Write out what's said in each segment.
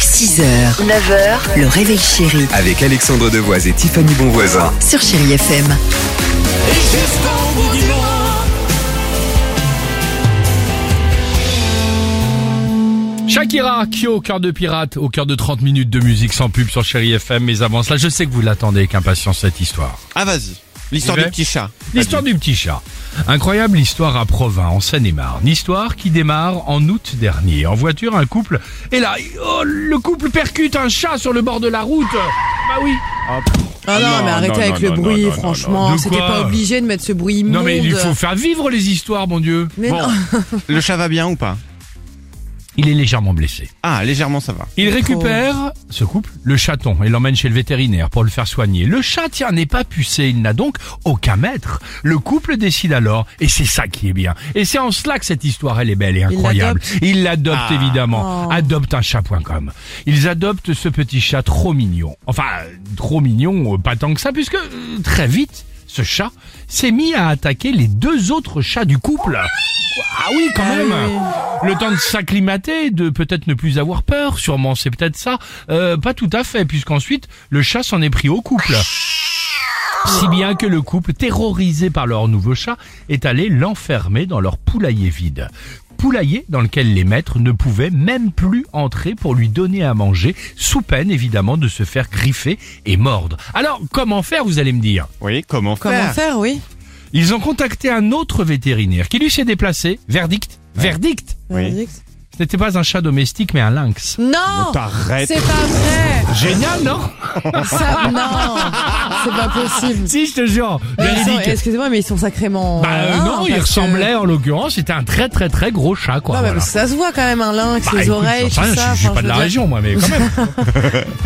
6h, 9h, le réveil chéri Avec Alexandre Devoise et Tiffany Bonvoisin. sur Chéri FM. Shakira, Kyo, cœur de pirate, au cœur de 30 minutes de musique sans pub sur Chéri FM. Mais avant cela, je sais que vous l'attendez avec impatience cette histoire. Ah vas-y. L'histoire J'y du vais petit chat. L'histoire du petit chat. Incroyable histoire à Provins, en Seine-et-Marne. Histoire qui démarre en août dernier. En voiture, un couple. Et là, oh, le couple percute un chat sur le bord de la route. Bah oui. Ah non, mais arrêtez avec le bruit, franchement. non. De C'était quoi pas obligé de mettre ce bruit immonde. Non mais il faut faire vivre les histoires, mon Dieu. Mais Bon, non. le chat va bien ou pas Il est légèrement blessé. Ah, légèrement ça va. Il Trop. récupère, ce couple, le chaton et l'emmène chez le vétérinaire pour le faire soigner. Le chat, tiens, n'est pas pucé, il n'a donc aucun maître. Le couple décide alors, et c'est ça qui est bien. Et c'est en cela que cette histoire, elle est belle et incroyable. Ils l'adoptent Ah. évidemment. Oh. Adopte un chat.com. Ils adoptent ce petit chat trop mignon. Enfin, trop mignon, euh, pas tant que ça, puisque euh, très vite, ce chat s'est mis à attaquer les deux autres chats du couple. Oh Ah oui, quand même. Le temps de s'acclimater, de peut-être ne plus avoir peur, sûrement, c'est peut-être ça. Euh, pas tout à fait, puisqu'ensuite, le chat s'en est pris au couple. Si bien que le couple, terrorisé par leur nouveau chat, est allé l'enfermer dans leur poulailler vide. Poulailler dans lequel les maîtres ne pouvaient même plus entrer pour lui donner à manger, sous peine évidemment de se faire griffer et mordre. Alors, comment faire, vous allez me dire Oui, comment, Comment faire, oui Ils ont contacté un autre vétérinaire qui lui s'est déplacé. Verdict Verdict Oui. ce n'était pas un chat domestique, mais un lynx. Non T'arrêtes. C'est pas vrai Génial, non Ça, Non C'est pas possible. Si, je te jure. Mais ils sont- Véridique. Excusez-moi, mais ils sont sacrément. Bah euh, non, malins, il Ah, parce que- ressemblait en l'occurrence, c'était un très très très gros chat, Non, quoi. mais voilà. parce que ça se voit quand même, un lynx, Bah, les écoute, oreilles, j'en tout sais rien, ça. je, je suis enfin, pas de je la veux dire- région, moi, mais quand même.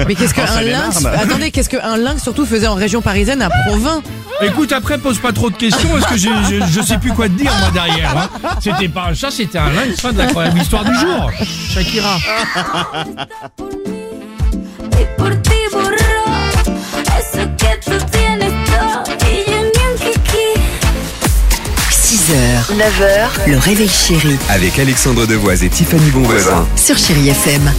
Mais qu'est-ce Oh, ça qu'un lynx. l'énerve. Attendez, qu'est-ce qu'un lynx surtout faisait en région parisienne à Provins Écoute, après, pose pas trop de questions, parce que j'ai- je, je sais plus quoi te dire, moi, derrière. hein. C'était pas un chat, c'était un lynx, fin de la croyable histoire du jour. Shakira. Y por ti borró eso que tú tienes todo y yo ni un kiki. 6h, 9h, le réveil chéri Avec Alexandre Devoise et Tiffany Bonvoisin. sur Chéri FM.